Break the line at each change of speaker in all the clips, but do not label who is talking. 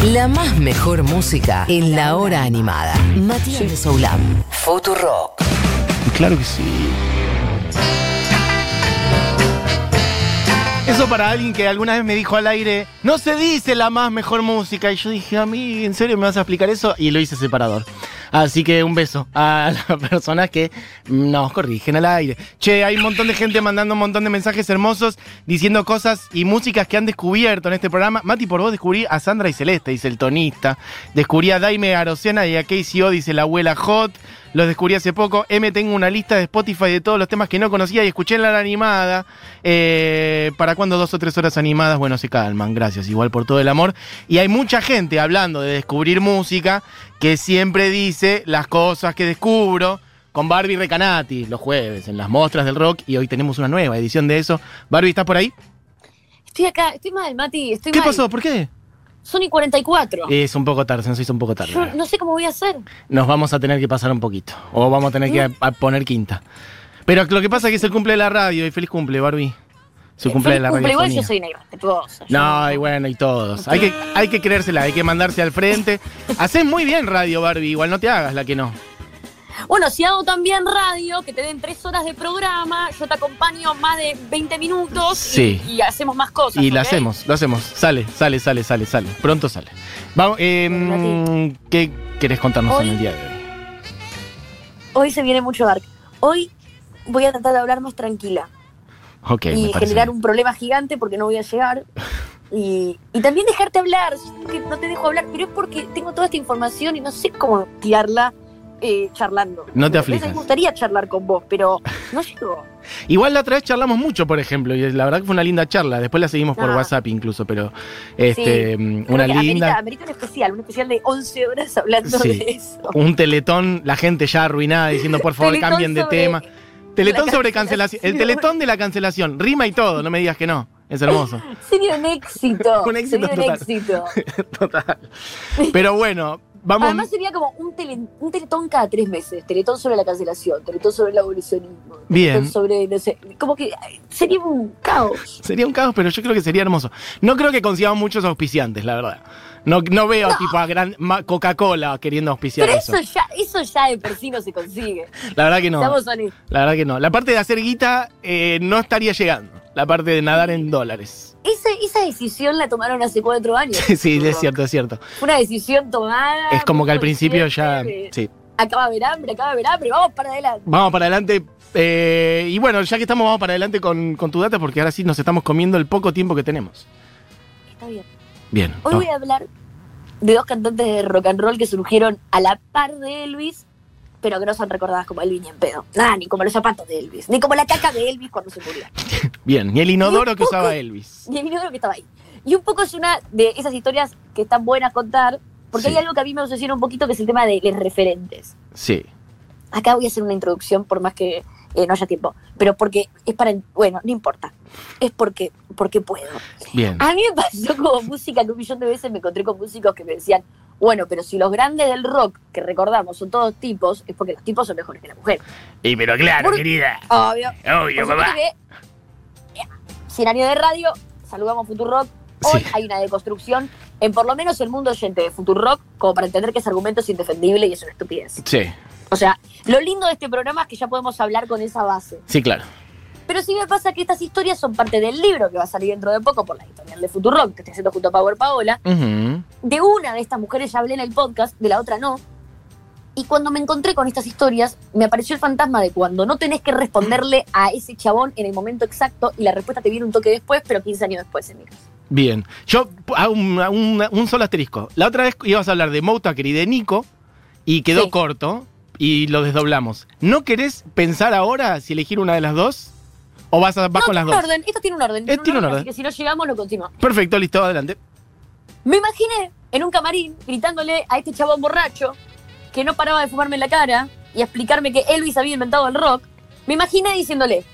La más mejor música en la hora animada. Matías de Soulam. Futurock.
Claro que sí.
Eso para alguien que alguna vez me dijo al aire, no se dice la más mejor música. Y yo dije, a mí, ¿en serio me vas a explicar eso? Y lo hice separador. Así que un beso a las personas que nos corrigen al aire. Che, hay un montón de gente mandando un montón de mensajes hermosos, diciendo cosas y músicas que han descubierto en este programa. Mati, por vos descubrí a Sandra y Celeste, dice el tonista. Descubrí a Daime Arocena y a Casey O, dice la abuela Hot. Los descubrí hace poco. M, tengo una lista de Spotify de todos los temas que no conocía y escuché en la hora animada. Eh, ¿Para cuándo dos o tres horas animadas? Bueno, se calman. Gracias, igual por todo el amor. Y hay mucha gente hablando de descubrir música que siempre dice las cosas que descubro. Con Barbie Recanati, los jueves, en las mostras del rock, y hoy tenemos una nueva edición de eso. Barbie, ¿estás por ahí?
Estoy acá, estoy mal, Mati, estoy
¿Qué
mal.
pasó? ¿Por qué?
Son y 44.
Es un poco tarde, se nos hizo un poco tarde.
Yo no sé cómo voy a hacer.
nos vamos a tener que pasar un poquito. O vamos a tener que a- a poner quinta. Pero lo que pasa es que es el cumple de la radio y feliz cumple, Barbie. Su cumple de la
Feliz
radio.
cumple, igual yo soy negra, respetuosa. Yo-
No, y bueno, y todos. Hay que, hay que creérsela, hay que mandarse al frente. Haces muy bien radio, Barbie, igual no te hagas la que no.
Bueno, si hago también radio, que te den tres horas de programa, yo te acompaño más de 20 minutos
Sí.
y, y hacemos más cosas.
Y la
¿ok?
hacemos, lo hacemos. Sale, sale, sale, sale, sale. Pronto sale. Vamos, eh,
Mati.
¿qué querés contarnos
Hoy-
en el día de hoy?
Hoy se viene mucho dark. Hoy voy a tratar de hablar más tranquila
Ok, me
y
parece
generar
bien.
un problema gigante porque no voy a llegar. Y, y también dejarte hablar, que no te dejo hablar, pero es porque tengo toda esta información y no sé cómo tirarla eh, charlando.
No te
¿Entendés?
aflijas.
A mí Me gustaría charlar con vos, pero no llego.
Igual la otra vez charlamos mucho, por ejemplo, y la verdad que fue una linda charla. Después la seguimos por
Ah.
WhatsApp incluso, pero este, mm,
Creo
una
que
linda.
Amerita, amerita un especial, un especial de 11 horas hablando
Sí.
de eso.
un teletón, la gente ya arruinada diciendo por favor
Teletón
cambien de
sobre
tema. Teletón
la
sobre cancelación. El
cancelación.
teletón de la cancelación. Rima y todo, no me digas que no. Es hermoso.
Sería un éxito.
Un éxito
Sería un
total.
éxito.
Total. Pero bueno, vamos.
Además sería como un, tele- un teletón cada tres meses. Teletón sobre la cancelación, teletón sobre el abolicionismo.
Bien.
Teletón sobre, no sé, como que ay, sería un caos.
Sería un caos, pero yo creo que sería hermoso. No creo que consigamos muchos auspiciantes, la verdad. No, no veo tipo a gran ma- Coca-Cola queriendo auspiciar
Pero
eso.
eso ya, eso ya de por sí no se consigue.
La verdad que no.
Estamos honestos.
La verdad que no. La parte de hacer guita eh, no estaría llegando. La parte de nadar en dólares.
Esa, esa decisión la tomaron hace cuatro años.
Sí, es cierto, es cierto.
Fue una decisión tomada.
Es como que al principio ya.
consciente.
Sí.
Acaba de ver hambre, acaba de ver hambre, vamos para adelante.
Vamos para adelante. eh, y bueno, ya que estamos, vamos para adelante con, con tu data, porque ahora sí nos estamos comiendo el poco tiempo que tenemos.
Está bien.
Bien.
Hoy
no.
voy a hablar de dos cantantes de rock and roll que surgieron a la par de Elvis, pero que no son recordadas como Elvis ni en pedo. Nada, ni como los zapatos de Elvis, ni como la caca de Elvis cuando se murió.
Bien. Y el inodoro
un
que usaba
poco-
Elvis.
Y el video que estaba ahí. Y un poco es una de esas historias que están buenas contar, porque
Sí.
hay algo que a mí me obsesiona un poquito, que es el tema de los referentes.
Sí.
Acá voy a hacer una introducción, por más que eh, no haya tiempo, pero porque es para... Bueno, no importa. Es porque, porque puedo.
Bien.
A mí me pasó como música que un millón de veces me encontré con músicos que me decían, bueno, pero si los grandes del rock que recordamos son todos tipos, es porque los tipos son mejores que la mujer.
Y pero claro,
Por-
querida.
Obvio.
Obvio,
Por supuesto
papá.
que, eh, 100 años de radio, saludamos Futurock. Hoy
Sí.
hay una deconstrucción en por lo menos el mundo oyente de Futurock, como para entender que ese argumento es indefendible y es una estupidez.
Sí.
O sea, lo lindo de este programa es que ya podemos hablar con esa base.
Sí, claro.
Pero sí me pasa que estas historias son parte del libro que va a salir dentro de poco por la editorial de Futurock, que estoy haciendo junto a Power Paola,
Ujú.
de una de estas mujeres ya hablé en el podcast, de la otra no. Y cuando me encontré con estas historias, me apareció el fantasma de cuando no tenés que responderle a ese chabón en el momento exacto y la respuesta te viene un toque después, pero 15 años después, en
Bien. Yo hago un, a un- un solo asterisco. La otra vez ibas a hablar de Moutaker y de Nico, y quedó
Sí.
corto, y lo desdoblamos. ¿No querés pensar ahora si elegir una de las dos? ¿O vas, a, vas
no,
con las
tiene
dos?
un orden, esto tiene un orden.
Eh, tiene un orden.
así que si no llegamos, lo continuamos.
Perfecto, listo, adelante.
Me imaginé en un camarín gritándole a este chabón borracho que no paraba de fumarme en la cara y explicarme que Elvis había inventado el rock. Me imaginé diciéndole,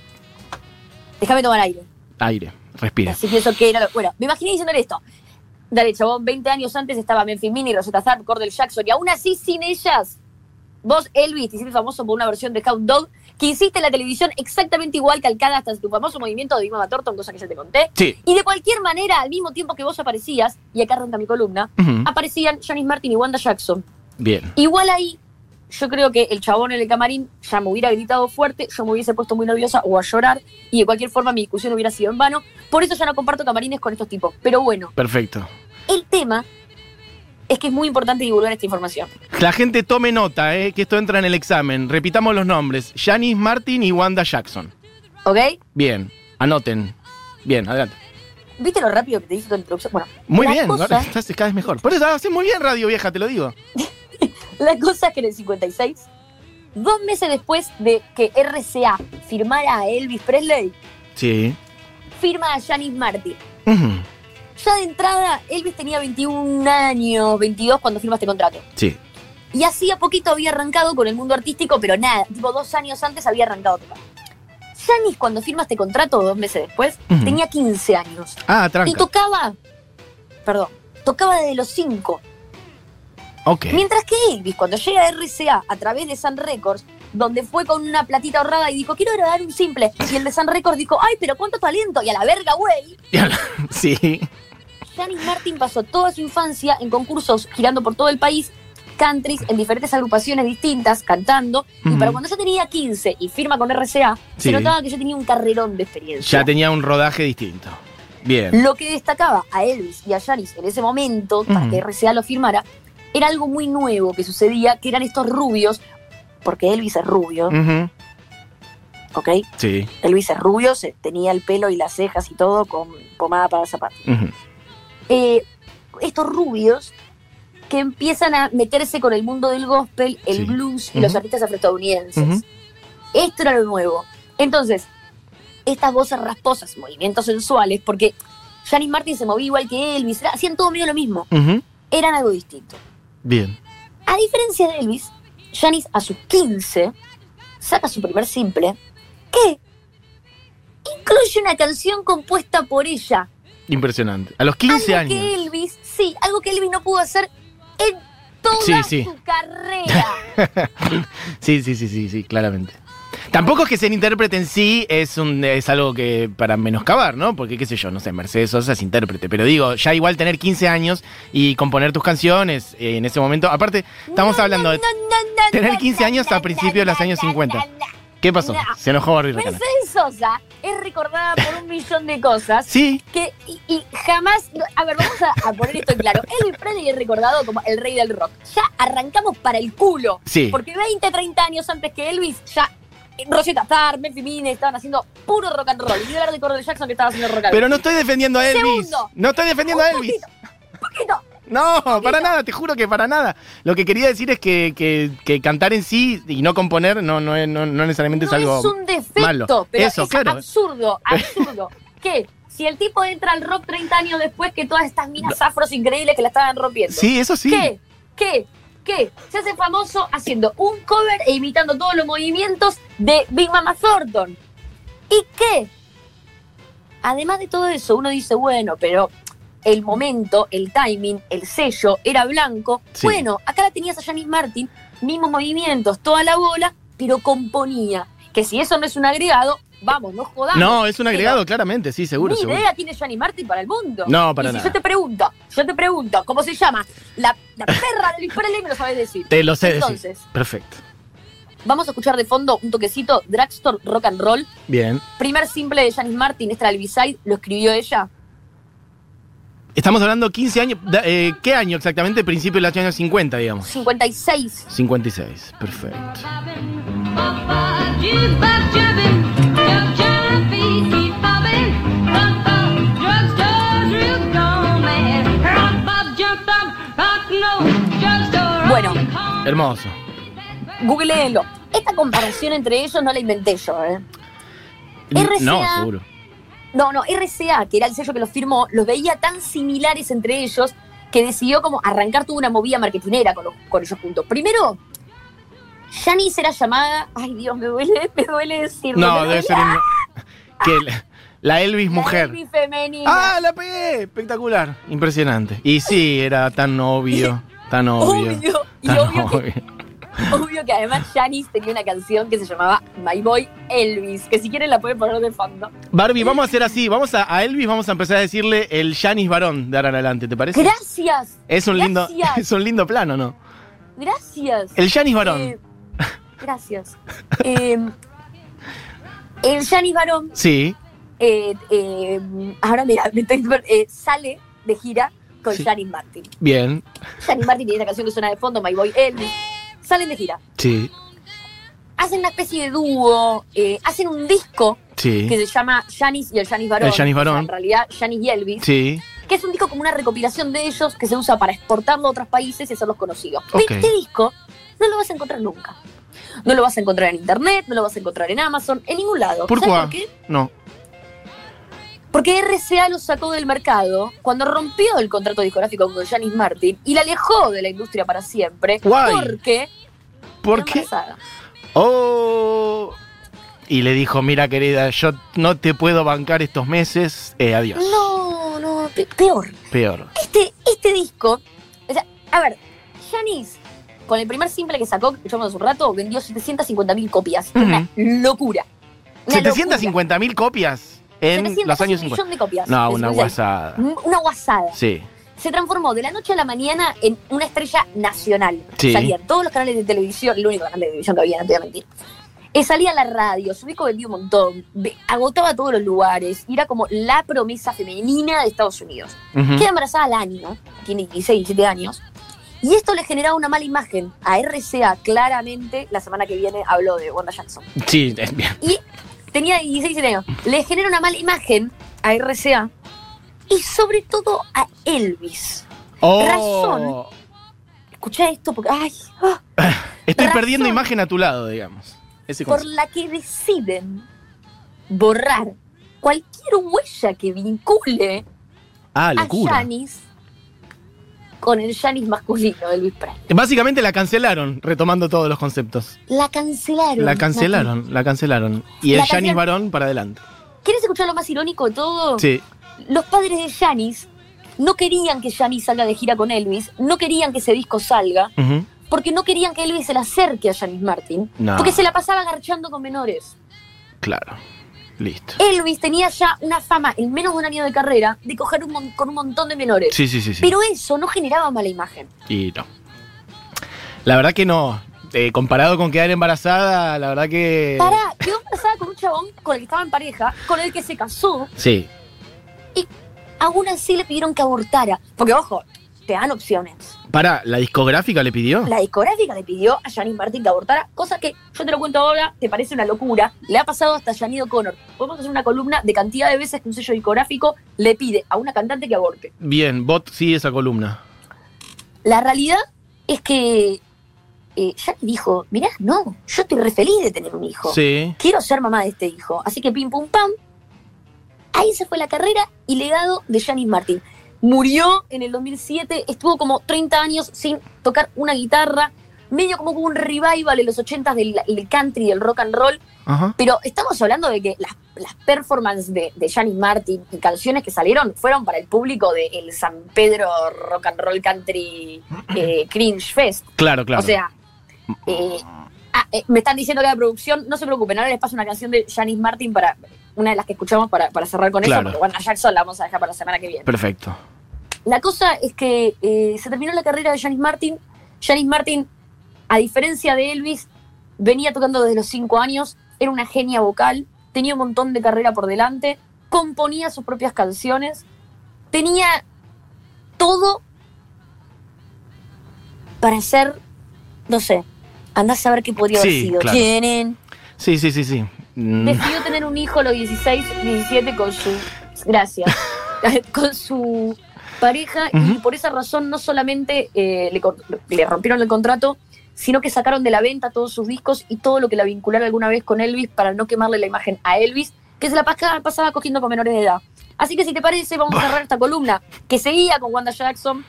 déjame tomar aire.
Aire, respira.
Así que eso que era lo- Bueno, me imaginé diciéndole esto. Dale, chabón, 20 años antes estaba Memphis Mini, Rosetta Tharpe, Cordell Jackson, y aún así sin ellas. Vos, Elvis, te hiciste famoso por una versión de Hound Dog que hiciste en la televisión exactamente igual calcada hasta tu famoso movimiento de Vilma Thornton, cosa que ya te conté.
Sí.
Y de cualquier manera, al mismo tiempo que vos aparecías, y acá arranca mi columna,
Ujú.
aparecían Johnny Martin y Wanda Jackson.
Bien.
Igual ahí, yo creo que el chabón en el camarín ya me hubiera gritado fuerte, yo me hubiese puesto muy nerviosa o a llorar, y de cualquier forma mi discusión hubiera sido en vano. Por eso ya no comparto camarines con estos tipos. Pero bueno,
Perfecto.
el tema es que es muy importante divulgar esta información.
La gente tome nota, eh, que esto entra en el examen. Repitamos los nombres. Janice Martin y Wanda Jackson.
¿Ok?
Bien. Anoten. Bien, adelante.
¿Viste lo rápido que te hice toda la introducción? Bueno,
Muy
la
bien,
cosa-
ahora estás cada vez mejor. Por eso haces muy bien radio vieja, te lo digo.
La cosa es que en el 56, dos meses después de que RCA firmara a Elvis Presley,
Sí.
firma a Janis Martin.
Ujú.
Ya de entrada, Elvis tenía 21 años, 22 cuando firma este contrato.
Sí.
Y hacía poquito había arrancado con el mundo artístico, pero nada, tipo dos años antes había arrancado a tocar. Janis, cuando firma este contrato, dos meses después,
Ujú.
tenía 15 años.
Ah,
Y
tranca.
tocaba, perdón, tocaba desde los 5.
Ok.
Mientras que Elvis, cuando llega a RCA a través de Sun Records, donde fue con una platita ahorrada y dijo, quiero grabar un simple, y el de Sun Records dijo, ay, pero cuánto talento, y a la verga, güey,
Sí.
Janis Martin pasó toda su infancia en concursos girando por todo el país, countries, en diferentes agrupaciones distintas, cantando, y
Ujú.
para cuando yo tenía 15 y firma con RCA,
Sí.
se notaba que yo tenía un carrerón de experiencia.
Ya tenía un rodaje distinto. Bien.
Lo que destacaba a Elvis y a Janis en ese momento, para
Ujú.
que RCA lo firmara, era algo muy nuevo que sucedía, que eran estos rubios, porque Elvis es rubio,
Ujú.
¿ok?
Sí.
Elvis es rubio, se tenía el pelo y las cejas y todo con pomada para zapatos.
Ujú.
Eh, estos rubios que empiezan a meterse con el mundo del gospel, el
Sí.
blues y
Ujú.
los artistas afroestadounidenses.
Ujú.
Esto era lo nuevo. Entonces, estas voces rasposas, movimientos sensuales, porque Janis Martin se movía igual que Elvis, era- hacían todo medio lo mismo,
Ujú.
eran algo distinto.
Bien.
A diferencia de Elvis, Janis a sus 15 saca su primer simple que incluye una canción compuesta por ella.
Impresionante. A los 15
algo
años.
que Elvis, sí, algo que Elvis no pudo hacer en toda
Sí, sí.
su carrera.
Sí, sí, sí, sí, sí, claramente. Tampoco es que ser intérprete en sí es, un, es algo que para menoscabar, ¿no? Porque, qué sé yo, no sé, Mercedes Sosa es intérprete. Pero digo, ya igual tener 15 años y componer tus canciones eh, en ese momento. Aparte, estamos
No,
hablando
no,
de.
no, no, no,
tener
no,
15
no,
años
no,
a principios de
no,
los años
no,
50.
no, no.
¿Qué pasó?
No.
Se enojó Barbie Recanati.
Mercedes Sosa es recordada por un millón de cosas
Sí,
que y, y jamás. no, A ver, vamos a, a poner esto en claro. Elvis Presley es recordado como el rey del rock. Ya arrancamos para el culo.
sí.
Porque 20, 30 años antes que Elvis, ya eh, Rosetta Tarr, Memphis Mines estaban haciendo puro rock and roll. Y ni hablar de Cordell Jackson que estaba haciendo rock and roll.
Pero no estoy defendiendo a Elvis.
Segundo.
No estoy defendiendo a Elvis.
Poquito.
No, para nada, te juro que para nada. Lo que quería decir es que, que- que cantar en sí y no componer no, no, es- no- no necesariamente es
no
algo.
es un defecto,
malo.
pero
Eso,
es
claro.
absurdo, absurdo. que si el tipo entra al rock 30 años después que todas estas minas afros increíbles que la estaban rompiendo.
Sí, eso sí.
¿Qué? ¿Qué? ¿Qué? Se hace famoso haciendo un cover e imitando todos los movimientos de Big Mama Thornton. ¿Y qué? Además de todo eso, uno dice, bueno, pero el momento, el timing, el sello era blanco.
Sí.
Bueno, acá la tenías a Janis Martin, mismos movimientos, toda la bola, pero componía. Que si eso no es un agregado, vamos, no jodamos.
No, es un agregado, claramente, sí, seguro,
Ni
seguro.
idea tiene Johnny Martin para el mundo.
No, para
y si
nada.
yo te pregunto, yo te pregunto, ¿cómo se llama? La, la perra de Luis Presley me lo sabes decir.
Te lo sé decir.
Entonces,
Perfecto.
vamos a escuchar de fondo un toquecito Dragstore Rock and Roll.
Bien.
Primer simple de Janis Martin, esta era el B-side, lo escribió ella.
Estamos hablando 15 años. da- eh, ¿Qué año exactamente? Principio de los años 50, digamos.
56.
56, perfecto.
Bueno.
Hermoso.
Googleenlo. Esta comparación entre ellos no la inventé yo, ¿eh? RCA.
No, seguro.
No, no, RCA, que era el sello que los firmó, los veía tan similares entre ellos que decidió como arrancar toda una movida marketinera con, los- con ellos juntos. Primero, Janice era llamada. Ay, Dios, me duele, me duele decirlo.
No,
me duele.
debe ser. un- que la, la Elvis
La
mujer.
Elvis femenina.
¡Ah, la pegué! Espectacular. Impresionante. Y sí, era tan obvio. Tan obvio.
obvio. Y
Tan
obvio, que
obvio.
Obvio que además Janis tenía una canción que se llamaba My Boy Elvis, que si quieren la pueden poner de fondo.
Barbie, vamos a hacer así. Vamos a, a Elvis, vamos a empezar a decirle el Janis varón de ahora en adelante, ¿te parece?
Gracias,
Es un lindo,
gracias.
es un lindo plano, ¿no?
gracias.
El Janis varón.
Eh, gracias. Eh, el Janis Barón
Sí.
eh, eh, ahora mira, me estoy- eh, sale de gira con
Sí.
Janis Martin.
Bien.
Janis Martin tiene esta canción que suena de fondo, My Boy Elvis. Salen de gira.
Sí.
Hacen una especie de dúo, eh, hacen un disco
Sí.
que se llama Janis y el Janis Barón.
El Janis Barón.
O sea, en realidad, Janis y Elvis.
Sí.
Que es un disco como una recopilación de ellos que se usa para exportarlo a otros países y hacerlos conocidos. Pero
Ok.
Este disco no lo vas a encontrar nunca. No lo vas a encontrar en internet, no lo vas a encontrar en Amazon, en ningún lado.
¿Por
¿Sabes
cuá?
por qué?
No.
Porque RCA lo sacó del mercado cuando rompió el contrato discográfico con Janis Martin y la alejó de la industria para siempre.
Guay.
Porque.
¿Por
era
qué?
embarazada.
Oh. Y le dijo, mira querida, yo no te puedo bancar estos meses. Eh, adiós.
No, no, pe- peor.
Peor.
Este, este disco. o sea, a ver, Janis, con el primer simple que sacó, que escuchamos hace un rato, vendió 750.000 copias.
Ujú.
Una locura. Una
750 mil copias en
locura.
los
700,
años
un
50.
millón de copias.
No, una
Es-
guasada.
Una guasada.
Sí.
se transformó de la noche a la mañana en una estrella nacional.
Sí.
Salía en todos los canales de televisión, el único canal de televisión que había, no te voy a mentir. Eh, salía a la radio, su disco vendía un montón, ve- agotaba todos los lugares, y era como la promesa femenina de Estados Unidos.
Ujú.
Queda embarazada al año, tiene 16, 17 años, y esto le generaba una mala imagen a RCA, claramente, la semana que viene habló de Wanda Jackson.
Sí, eh, bien.
Tenía 16, 17 años. Le genera una mala imagen a RCA y sobre todo a Elvis.
Oh,
Escucha esto porque, ay, ah,
estoy
Razón.
perdiendo imagen a tu lado, digamos. Ese
por
concepto.
la que deciden borrar cualquier huella que vincule
Ah,
a
locura.
Janis con el Janis masculino de Luis Presley.
Básicamente la cancelaron, retomando todos los conceptos.
La cancelaron.
La cancelaron, la cancelaron. Y el
La
Janis
cancelaron.
Varón para adelante.
Nati. ¿Quieres escuchar lo más irónico de todo?
Sí.
Los padres de Janis no querían que Janis salga de gira con Elvis, no querían que ese disco salga,
Ujú.
porque no querían que Elvis se le acerque a Janis Martin,
No.
porque se la pasaba garchando con menores.
Claro. Listo.
Elvis tenía ya una fama en menos de un año de carrera de coger un mon- con un montón de menores.
Sí, sí, sí, sí.
Eh, Pero eso no generaba mala imagen.
Y no. La verdad que no. Eh, comparado con quedar embarazada, la verdad que.
Pará, quedó embarazada con un chabón con el que estaba en pareja, con el que se casó,
Sí.
aún así le pidieron que abortara. Porque, ojo, te dan opciones.
Pará, ¿la discográfica le pidió?
La discográfica le pidió a Janis Martin que abortara, cosa que yo te lo cuento ahora, te parece una locura. Le ha pasado hasta a Janine O'Connor. Podemos hacer una columna de cantidad de veces que un sello discográfico le pide a una cantante que aborte.
Bien, bot sigue esa columna.
La realidad es que eh, Janis dijo, mirá, no, yo estoy re feliz de tener un hijo.
Sí.
quiero ser mamá de este hijo. Así que pim pum pam. Ahí se fue la carrera y legado de Janis Martin. Murió en el 2007, estuvo como 30 años sin tocar una guitarra, medio como hubo un revival en los 80s del, del country, del rock and roll,
Ajá.
pero estamos hablando de que las, las performances de, de Janis Martin y canciones que salieron fueron para el público del San Pedro Rock and Roll Country eh, Cringe Fest.
Claro, claro. Mm.
O sea, eh, ah, eh, me están diciendo que la producción, no se preocupen, ahora les paso una canción de Janis Martin para una de las que escuchamos para, para cerrar con
Claro.
eso, porque bueno, a Jackson la vamos a dejar para la semana que viene.
Perfecto.
La cosa es que eh, se terminó la carrera de Janis Martin. Janis Martin, a diferencia de Elvis, venía tocando desde los 5 años, era una genia vocal, tenía un montón de carrera por delante, componía sus propias canciones, tenía todo para ser, no sé, andás a saber qué podría haber
Sí,
sido.
claro.
Tienen.
Sí, sí, sí, sí. Mm,
Decidió tener un hijo a los 16, 17 con su. Gracias. con su pareja y
Ujú.
por esa razón no solamente eh, le, con- le rompieron el contrato, sino que sacaron de la venta todos sus discos y todo lo que la vincularon alguna vez con Elvis para no quemarle la imagen a Elvis, que se la pasaba, pasaba cogiendo con menores de edad. Así que si te parece, vamos a cerrar esta columna que seguía con Wanda Jackson.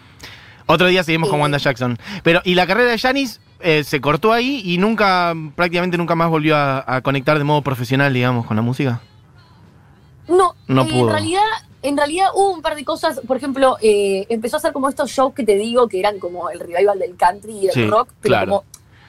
Otro día seguimos con
Eh.
Wanda Jackson. Pero, y la carrera de Janis eh, se cortó ahí y nunca, prácticamente nunca más volvió a, a conectar de modo profesional, digamos, con la música.
No,
No
eh, en
pudo.
realidad, en realidad hubo un par de cosas. Por ejemplo, eh, empezó a hacer como estos shows que te digo que eran como el revival del country y del
Sí,
rock, pero
claro.
como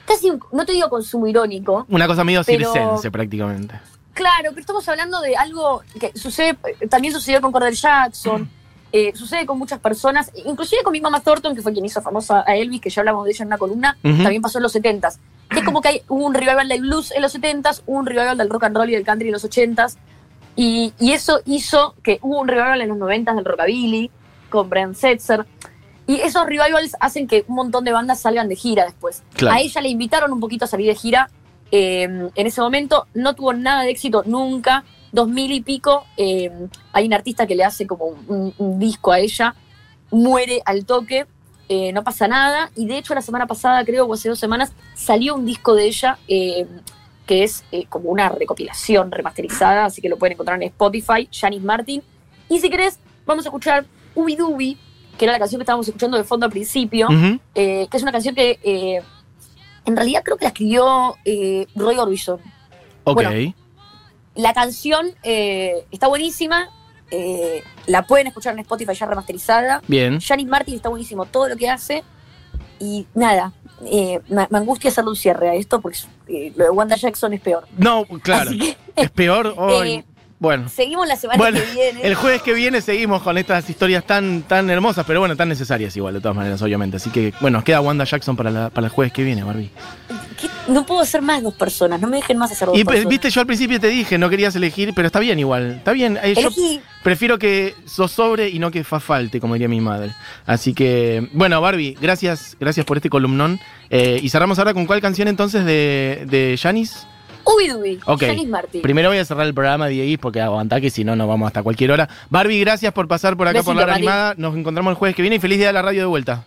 casi, un- no te digo consumo irónico,
Una cosa medio
Pero-
circense prácticamente.
Claro, pero estamos hablando de algo que sucede, eh, también sucedió con Cordell Jackson, eh, sucede con muchas personas, inclusive con mi mamá Thornton, que fue quien hizo famosa a Elvis, que ya hablamos de ella en una columna,
Ujú.
también pasó en los 70s. Que es como que hay hubo un revival del blues en los 70s, hubo un revival del rock and roll y del country en los 80s, y, y eso hizo que hubo un revival en los 90s del rockabilly, con Brian Setzer. Y esos revivals hacen que un montón de bandas salgan de gira después.
Claro.
A ella le invitaron un poquito a salir de gira eh, en ese momento. No tuvo nada de éxito nunca. Dos mil y pico, eh, hay un artista que le hace como un, un disco a ella. Muere al toque. eh, no pasa nada. Y de hecho la semana pasada, creo, o hace dos semanas, salió un disco de ella eh, que es eh, como una recopilación remasterizada. Así que lo pueden encontrar en Spotify. Janis Martin. Y si querés, vamos a escuchar Ubi Dubi, que era la canción que estábamos escuchando de fondo al principio
Ujú.
eh, que es una canción que eh, en realidad creo que la escribió eh, Roy Orbison.
Ok.
Bueno. La canción eh, está buenísima, eh, la pueden escuchar en Spotify ya remasterizada.
Bien.
Janis Martin está buenísimo todo lo que hace y nada, eh, me, me angustia hacerle un cierre a esto porque eh, lo de Wanda Jackson es peor.
No, claro.
Así que
Es peor hoy.
Eh,
bueno.
seguimos la semana
Bueno,
que viene.
el jueves que viene seguimos con estas historias tan, tan hermosas, pero bueno, tan necesarias igual, de todas maneras, obviamente. Así que, bueno, nos queda Wanda Jackson para, la- para el jueves que viene, Barbie.
¿Qué? No puedo ser más dos personas, no me dejen más hacer dos
Y pe-
personas.
viste, yo al principio te dije, no querías elegir, pero está bien igual. Está bien. eh, yo
Elegí-
prefiero que sos sobre y no que fa falte, como diría mi madre. Así que, bueno, Barbie, gracias, gracias por este columnón. Eh, y cerramos ahora con cuál canción entonces de, de Janis.
Ubi Dubi,
Ok.
Janis Martin.
Primero voy a cerrar el programa, Dieguis, porque aguantá que si no, nos vamos hasta cualquier hora. Barbie, gracias por pasar por acá por
Besito,
la hora
Mati.
animada. Nos encontramos el jueves que viene y feliz día de la radio de vuelta.